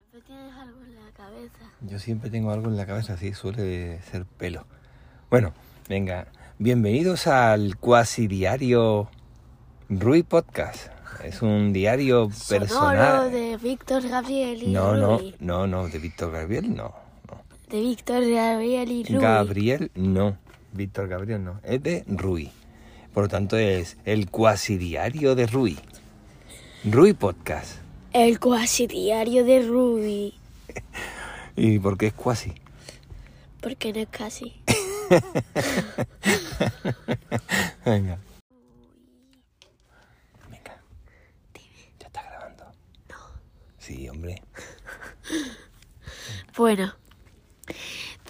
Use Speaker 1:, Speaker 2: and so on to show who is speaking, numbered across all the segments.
Speaker 1: Siempre tienes algo en la cabeza.
Speaker 2: Yo siempre tengo algo en la cabeza, así suele ser pelo. Bueno, venga, bienvenidos al cuasi diario Rui Podcast. Es un diario
Speaker 1: Sonoro
Speaker 2: personal.
Speaker 1: de Víctor Gabriel y
Speaker 2: No, no,
Speaker 1: Rui.
Speaker 2: no, no, de Víctor Gabriel no. no.
Speaker 1: De Víctor Gabriel y Rui.
Speaker 2: Gabriel no, Víctor Gabriel no, es de Rui. Por lo tanto es el cuasi diario de Rui. Rui Podcast.
Speaker 1: El cuasi diario de Rui.
Speaker 2: ¿Y por qué es cuasi?
Speaker 1: Porque no es casi.
Speaker 2: Venga. Venga. ¿Ya está grabando? No. Sí, hombre.
Speaker 1: Bueno,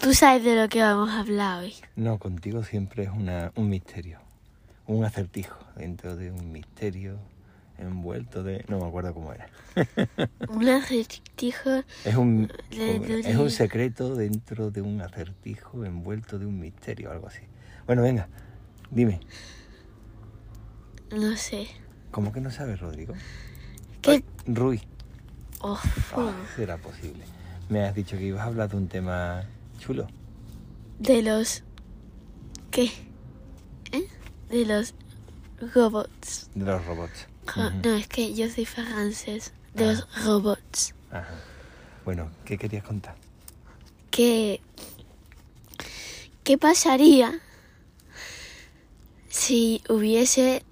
Speaker 1: tú sabes de lo que vamos a hablar hoy.
Speaker 2: No, contigo siempre es una, un misterio. Un acertijo dentro de un misterio envuelto de... No me acuerdo cómo era.
Speaker 1: Un acertijo
Speaker 2: Es un,
Speaker 1: Le-
Speaker 2: ¿cómo
Speaker 1: le-
Speaker 2: era? es un secreto dentro de un acertijo envuelto de un misterio, algo así. Bueno, venga, dime.
Speaker 1: No sé.
Speaker 2: ¿Cómo que no sabes, Rodrigo?
Speaker 1: ¿Qué?
Speaker 2: Rui.
Speaker 1: Oh,
Speaker 2: Ah, será posible. Me has dicho que ibas a hablar de un tema chulo.
Speaker 1: de los. ¿Qué? ¿Eh? De los robots.
Speaker 2: De los robots.
Speaker 1: Jo-
Speaker 2: Ujú.
Speaker 1: No, es que yo soy francés. De
Speaker 2: Ah.
Speaker 1: los robots.
Speaker 2: Ajá. Bueno, ¿qué querías contar?
Speaker 1: ¿Qué. ¿Qué pasaría si hubiese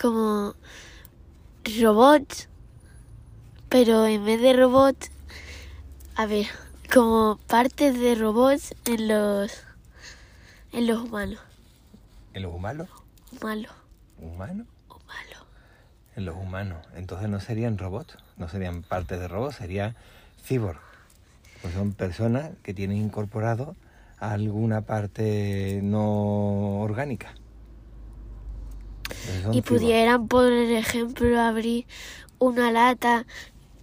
Speaker 1: como robots, pero en vez de robots, a ver, como partes de robots en los en los humanos,
Speaker 2: ¿En los humanos?
Speaker 1: humanos,
Speaker 2: ¿Humano?
Speaker 1: humanos.
Speaker 2: En los humanos. Entonces no serían robots, no serían partes de robots, sería cyborg. Pues son personas que tienen incorporado alguna parte no orgánica. Entonces son
Speaker 1: y
Speaker 2: cyborg.
Speaker 1: pudieran, por ejemplo, abrir una lata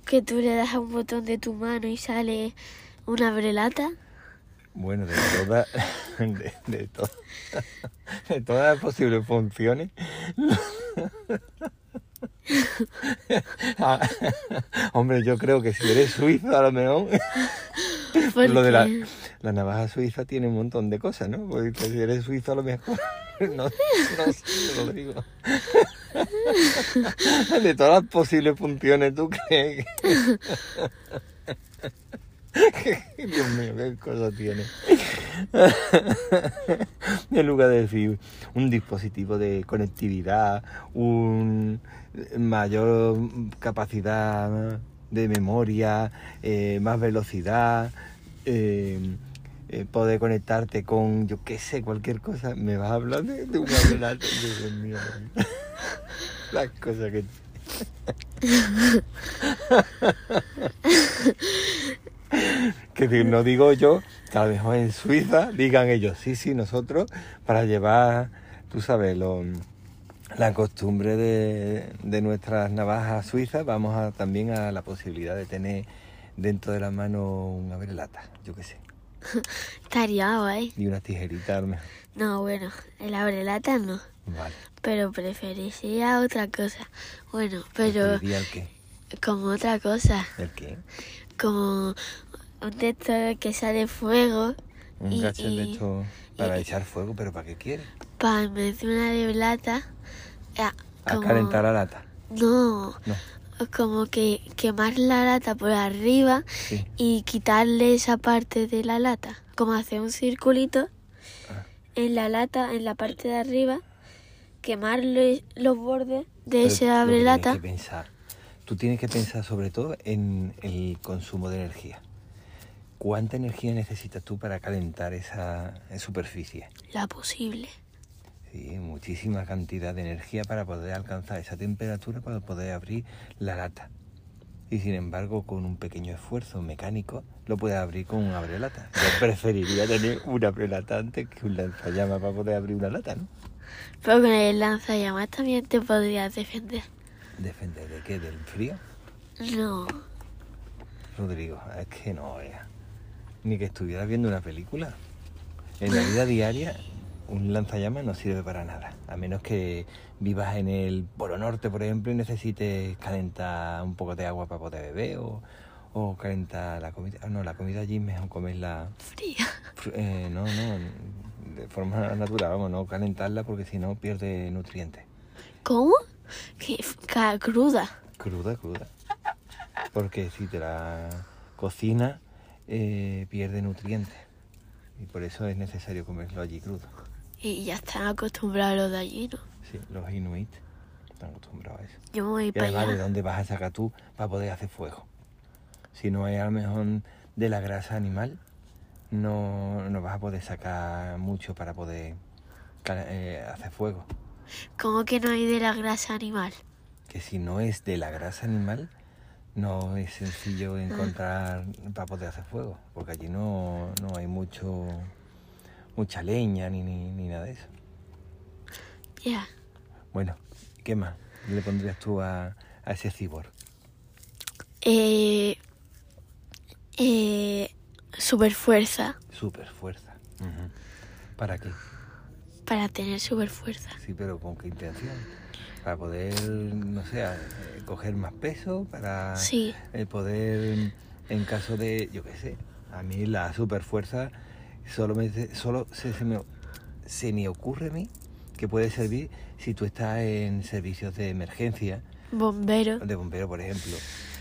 Speaker 1: que tú le das a un botón de tu mano y sale una abrelata.
Speaker 2: Bueno, de todas de, de to- de todas las posibles funciones. Ah, hombre, yo creo que si eres suizo a lo mejor lo de la,
Speaker 1: porque-
Speaker 2: la navaja suiza tiene un montón de cosas, ¿no? Porque si eres suizo a lo mejor no, no sé, te lo digo. De todas las posibles funciones, ¿tú crees? que- Dios mío, qué cosa tiene. En lugar de decir un dispositivo de conectividad, un mayor capacidad de memoria, eh, más velocidad, eh, eh, poder conectarte con, yo qué sé, cualquier cosa, me vas a hablar de, de un aparato. Dios mío, las cosas que... Que si no digo yo, que a lo mejor en Suiza digan ellos, sí, sí, nosotros, para llevar, tú sabes, lo- la costumbre de, de nuestras navajas suizas, vamos a- también a la posibilidad de tener dentro de la mano una abrelata, yo qué sé,
Speaker 1: Estaría guay.
Speaker 2: y unas tijeritas a lo mejor.
Speaker 1: No, bueno, el abrelata no.
Speaker 2: Vale.
Speaker 1: Pero preferiría otra cosa. Bueno, pero
Speaker 2: ¿Preferiría ¿El qué?
Speaker 1: como otra cosa.
Speaker 2: ¿El qué?
Speaker 1: Como un texto que sale fuego.
Speaker 2: Un
Speaker 1: y-
Speaker 2: cacho de
Speaker 1: y-
Speaker 2: esto para
Speaker 1: y-
Speaker 2: echar fuego, pero ¿para qué quiere?
Speaker 1: para en vez de una abrelata. ah,
Speaker 2: A
Speaker 1: como-
Speaker 2: calentar la lata.
Speaker 1: No,
Speaker 2: No,
Speaker 1: como que quemar la lata por arriba
Speaker 2: sí.
Speaker 1: y quitarle esa parte de la lata. Como hacer un circulito
Speaker 2: Ah.
Speaker 1: en la lata, en la parte de arriba, quemarle los bordes de ese
Speaker 2: Pero lo que tienes
Speaker 1: abrelata.
Speaker 2: que pensar- Tú tienes que pensar sobre todo en el consumo de energía. ¿Cuánta energía necesitas tú para calentar esa eh, superficie?
Speaker 1: La posible.
Speaker 2: Sí, muchísima cantidad de energía para poder alcanzar esa temperatura para poder abrir la lata. Y sin embargo, con un pequeño esfuerzo mecánico, lo puedes abrir con un abrelata. Yo preferiría tener un abrelata antes que un lanzallamas para poder abrir una lata, ¿no?
Speaker 1: Pero con el lanzallamas también te podrías defender.
Speaker 2: ¿Defender de qué? ¿Del frío?
Speaker 1: No.
Speaker 2: Rodrigo, es que no, vea. Ni que estuvieras viendo una película. En la vida diaria, un lanzallamas no sirve para nada. A menos que vivas en el Polo Norte, por ejemplo, y necesites calentar un poco de agua para poder beber o, o calentar la comida. Ah, No, la comida allí es mejor comerla.
Speaker 1: Fría.
Speaker 2: fr- eh, no, no, de forma natural, vamos, no calentarla porque si no pierde nutrientes.
Speaker 1: ¿Cómo? Que f- ca- cruda.
Speaker 2: Cruda, cruda. Porque si te la cocina, eh, pierde nutrientes. Y por eso es necesario comerlo allí crudo.
Speaker 1: Y ya están acostumbrados los de allí, ¿no?
Speaker 2: Sí, los inuit están acostumbrados a eso.
Speaker 1: Yo me voy
Speaker 2: Y
Speaker 1: para
Speaker 2: además, ¿de
Speaker 1: allá.
Speaker 2: dónde vas a sacar tú para poder hacer fuego? Si no es a lo mejor de la grasa animal, no, no vas a poder sacar mucho para poder cal- eh, hacer fuego.
Speaker 1: ¿Cómo que no hay de la grasa animal?
Speaker 2: Que si no es de la grasa animal, no es sencillo encontrar para poder hacer fuego. Porque allí no, no hay mucho mucha leña ni, ni, ni nada de eso.
Speaker 1: Ya.
Speaker 2: Bueno, ¿qué más le pondrías tú a, a ese cibor?
Speaker 1: Eh, eh, super fuerza.
Speaker 2: Super fuerza. ¿Para qué?
Speaker 1: Para tener super fuerza.
Speaker 2: Sí, pero ¿con qué intención? Para poder, no sé, a- eh, coger más peso, para
Speaker 1: Sí.
Speaker 2: eh, poder, en caso de, yo qué sé, a mí la superfuerza solo, me, se- solo se, se me, se me ocurre a mí que puede servir si tú estás en servicios de emergencia,
Speaker 1: Bombero.
Speaker 2: de bombero, por ejemplo,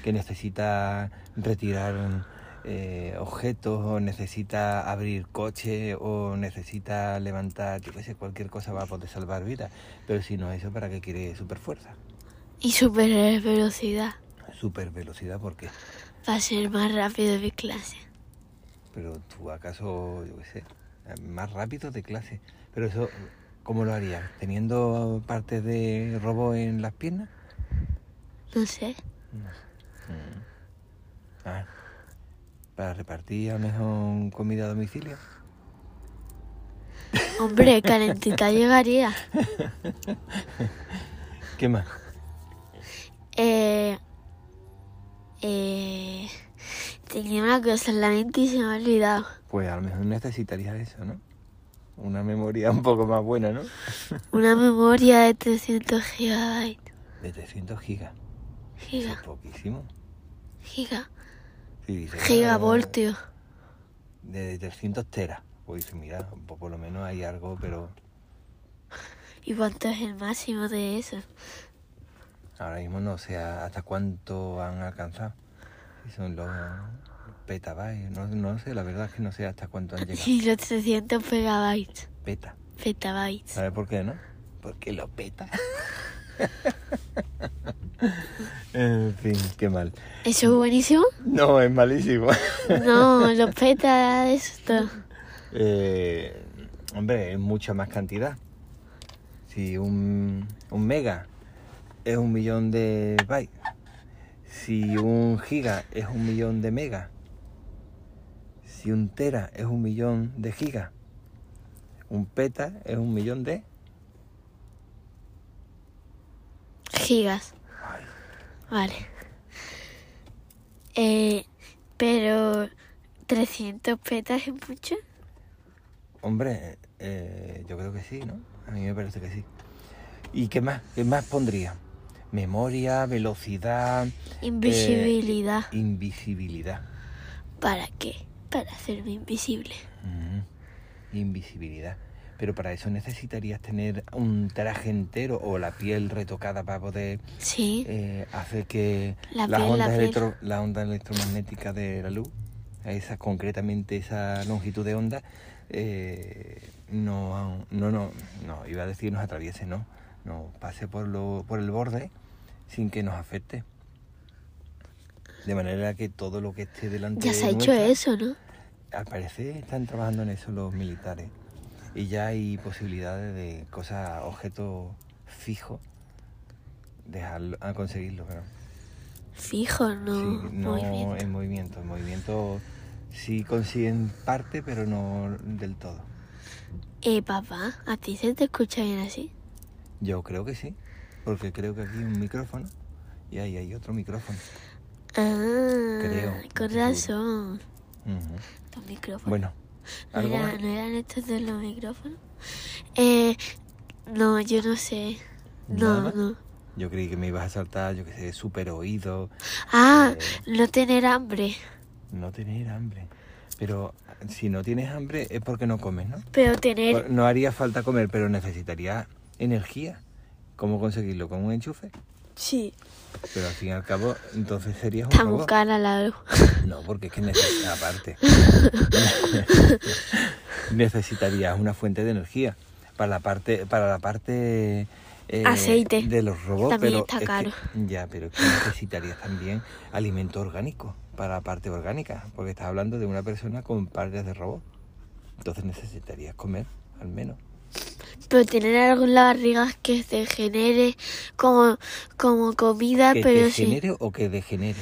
Speaker 2: que necesita retirar eh, objetos o necesita abrir coche o necesita levantar, yo qué sé, cualquier cosa va a poder salvar vidas. Pero si no es eso, ¿para qué quiere super fuerza?
Speaker 1: Y super velocidad.
Speaker 2: Super velocidad, ¿por qué?
Speaker 1: Para ser más rápido de mi clase.
Speaker 2: Pero tú acaso, yo qué sé, más rápido de clase. Pero eso, ¿cómo lo harías? ¿Teniendo partes de robo en las piernas?
Speaker 1: No sé.
Speaker 2: Mm. Ah, para repartir a lo mejor comida a domicilio.
Speaker 1: Hombre, calentita llegaría.
Speaker 2: ¿Qué más?
Speaker 1: Eh, eh, tenía una cosa en la mente y se me ha olvidado.
Speaker 2: Pues a lo mejor necesitarías eso, ¿no? Una memoria un poco más buena, ¿no?
Speaker 1: Una memoria de 300 gigabytes.
Speaker 2: De 300 gigas. Eso es
Speaker 1: Giga,
Speaker 2: poquísimo.
Speaker 1: giga,
Speaker 2: Si dices,
Speaker 1: gigavoltio.
Speaker 2: De 300 teras. Pues dices, mira, po- por lo menos hay algo, pero
Speaker 1: ¿Y cuánto es el máximo de eso?
Speaker 2: ahora mismo no sé a- hasta cuánto han alcanzado. Si son los petabytes. No, no sé, la verdad es que no sé hasta cuánto han llegado.
Speaker 1: Y los 300 petabytes.
Speaker 2: Peta.
Speaker 1: Petabytes.
Speaker 2: ¿Sabes por qué, no? Porque lo peta. en fin, qué mal.
Speaker 1: ¿Eso es buenísimo?
Speaker 2: No, es malísimo.
Speaker 1: No, los peta esto.
Speaker 2: Eh, hombre, es mucha más cantidad. Si un, un mega es un millón de bytes, si un giga es un millón de mega, si un tera es un millón de giga, un peta es un millón de...
Speaker 1: Gigas.
Speaker 2: Ay,
Speaker 1: Vale. Eh, pero 300 petas es mucho.
Speaker 2: Eh, hombre, eh, yo creo que sí, ¿no? A mí me parece que sí. ¿Y qué más? ¿Qué más pondría? Memoria, velocidad,
Speaker 1: Invisibilidad.
Speaker 2: invisibilidad.
Speaker 1: ¿Para qué? Para hacerme invisible.
Speaker 2: Mm, Invisibilidad. Pero para eso necesitarías tener un traje entero o la piel retocada para poder
Speaker 1: Sí.
Speaker 2: eh, hacer que
Speaker 1: La
Speaker 2: las
Speaker 1: piel, la
Speaker 2: ondas
Speaker 1: piel.
Speaker 2: electro- las ondas electromagnéticas de la luz, esa, concretamente esa longitud de onda, eh, no, no, no, no, iba a decir nos atraviese, no, no, pase por, lo, por el borde sin que nos afecte. De manera que todo lo que esté delante
Speaker 1: Ya
Speaker 2: de
Speaker 1: se ha hecho
Speaker 2: nuestra-
Speaker 1: eso, ¿no?
Speaker 2: al parecer están trabajando en eso los militares. Y ya hay posibilidades de cosas, objetos fijos, dejarlo, a conseguirlo, pero
Speaker 1: Fijo, no.
Speaker 2: sí, no
Speaker 1: movimiento.
Speaker 2: en movimiento. En movimiento sí consiguen parte, pero no del todo.
Speaker 1: Eh, papá, ¿a ti se te escucha bien así?
Speaker 2: Yo creo que sí, porque creo que aquí hay un micrófono y ahí hay otro micrófono.
Speaker 1: Ah,
Speaker 2: Creo,
Speaker 1: con
Speaker 2: no estoy
Speaker 1: razón.
Speaker 2: Ujú.
Speaker 1: Los micrófonos.
Speaker 2: Bueno,
Speaker 1: ¿No,
Speaker 2: algo
Speaker 1: era-
Speaker 2: más?
Speaker 1: no eran estos de los micrófonos? Eh, no, yo no sé.
Speaker 2: ¿Nada
Speaker 1: No,
Speaker 2: más?
Speaker 1: no.
Speaker 2: Yo creí que me ibas a saltar, yo qué sé, super oído,
Speaker 1: Ah,
Speaker 2: Eh.
Speaker 1: no tener hambre.
Speaker 2: no tener hambre. Pero si no tienes hambre es porque no comes, ¿no?
Speaker 1: Pero tener...
Speaker 2: Por- No haría falta comer, pero necesitaría energía. ¿Cómo conseguirlo? ¿Con un enchufe?
Speaker 1: Sí.
Speaker 2: Pero al fin y al cabo, entonces serías un
Speaker 1: Está muy
Speaker 2: robot.
Speaker 1: cara la luz.
Speaker 2: No, porque es que neces- aparte. necesitarías una fuente de energía para la parte para la parte eh,
Speaker 1: Aceite.
Speaker 2: de los robots,
Speaker 1: También
Speaker 2: pero
Speaker 1: está
Speaker 2: es que-
Speaker 1: caro.
Speaker 2: ya, pero es que necesitarías también alimento orgánico para la parte orgánica, porque estás hablando de una persona con partes de robot. Entonces necesitarías comer al menos.
Speaker 1: Pero tener algo en la barriga que se genere como, como comida,
Speaker 2: que
Speaker 1: Ah, pero
Speaker 2: te
Speaker 1: sí.
Speaker 2: genere o que degenere.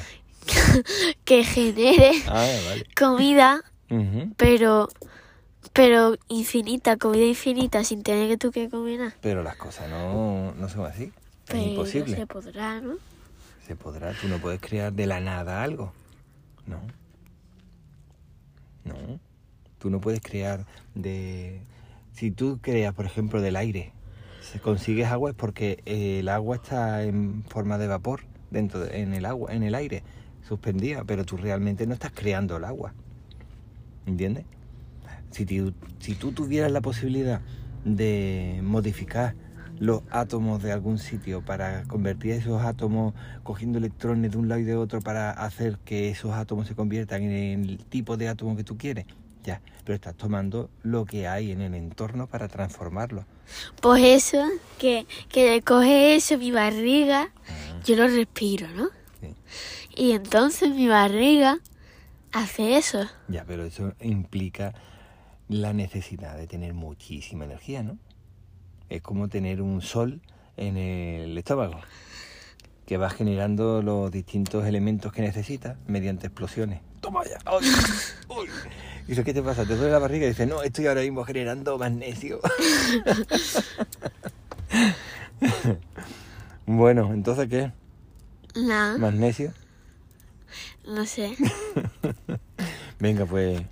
Speaker 1: Que genere
Speaker 2: Ah, vale.
Speaker 1: comida,
Speaker 2: Ujú.
Speaker 1: pero... Pero infinita, comida infinita, sin tener que tú que comer nada.
Speaker 2: Pero las cosas no, no son así.
Speaker 1: Pero
Speaker 2: es imposible.
Speaker 1: se podrá, ¿no?
Speaker 2: Se podrá, tú no puedes crear de la nada algo. No. No. Tú no puedes crear de... Si tú creas, por ejemplo, del aire, si consigues agua es porque eh, el agua está en forma de vapor dentro de- en el agua, en el aire, suspendida, pero tú realmente no estás creando el agua. ¿Entiendes? Si, ti- si tú tuvieras la posibilidad de modificar los átomos de algún sitio para convertir esos átomos cogiendo electrones de un lado y de otro para hacer que esos átomos se conviertan en el tipo de átomo que tú quieres, ya, pero estás tomando lo que hay en el entorno para transformarlo.
Speaker 1: Pues eso, que, que coge eso mi barriga, yo lo respiro, ¿no?
Speaker 2: Sí.
Speaker 1: Y entonces mi barriga hace eso.
Speaker 2: Ya, pero eso implica la necesidad de tener muchísima energía, ¿no? Es como tener un sol en el estómago, que va generando los distintos elementos que necesitas mediante explosiones. ¡Toma ya! ¡Ay! ¡Uy! Y dices, ¿qué te pasa? ¿Te duele la barriga? Y dices, no, estoy ahora mismo generando magnesio. bueno, entonces, ¿qué?
Speaker 1: No,
Speaker 2: ¿Magnesio?
Speaker 1: no sé.
Speaker 2: Venga, pues.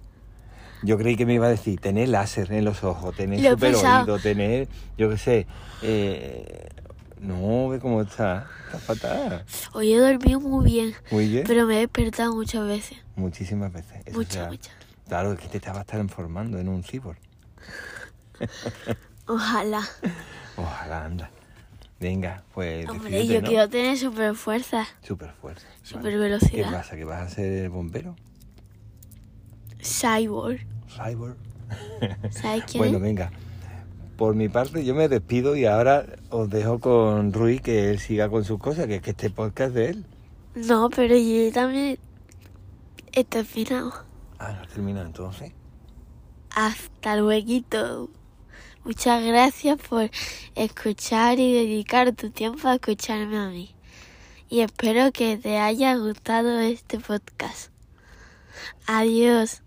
Speaker 2: Yo creí que me iba a decir tener láser en los ojos, tener
Speaker 1: Lo he
Speaker 2: super oído,
Speaker 1: pensado.
Speaker 2: tener, yo qué sé. eh, no, ve cómo está. Está fatal.
Speaker 1: Hoy he dormido muy bien,
Speaker 2: Muy bien.
Speaker 1: pero me he despertado muchas veces.
Speaker 2: Muchísimas veces. Eso
Speaker 1: Muchas,
Speaker 2: será-
Speaker 1: muchas.
Speaker 2: Claro, es que te estabas transformando en un cyborg.
Speaker 1: Ojalá.
Speaker 2: Ojalá, anda. Venga, pues.
Speaker 1: Hombre,
Speaker 2: decídete,
Speaker 1: yo
Speaker 2: ¿no?
Speaker 1: quiero tener super fuerza,
Speaker 2: Super fuerza.
Speaker 1: super
Speaker 2: ¿Qué
Speaker 1: velocidad.
Speaker 2: pasa? ¿Que vas a ser bombero?
Speaker 1: Cyborg.
Speaker 2: ¿Cyborg?
Speaker 1: ¿Sabes quién
Speaker 2: Bueno,
Speaker 1: es?
Speaker 2: venga. Por mi parte, yo me despido y ahora os dejo con Rui que él siga con sus cosas, que es que este podcast es de él.
Speaker 1: No, pero yo también he terminado.
Speaker 2: Ah, no has terminado entonces.
Speaker 1: Hasta luego. Muchas gracias por escuchar y dedicar tu tiempo a escucharme a mí. Y espero que te haya gustado este podcast. Adiós.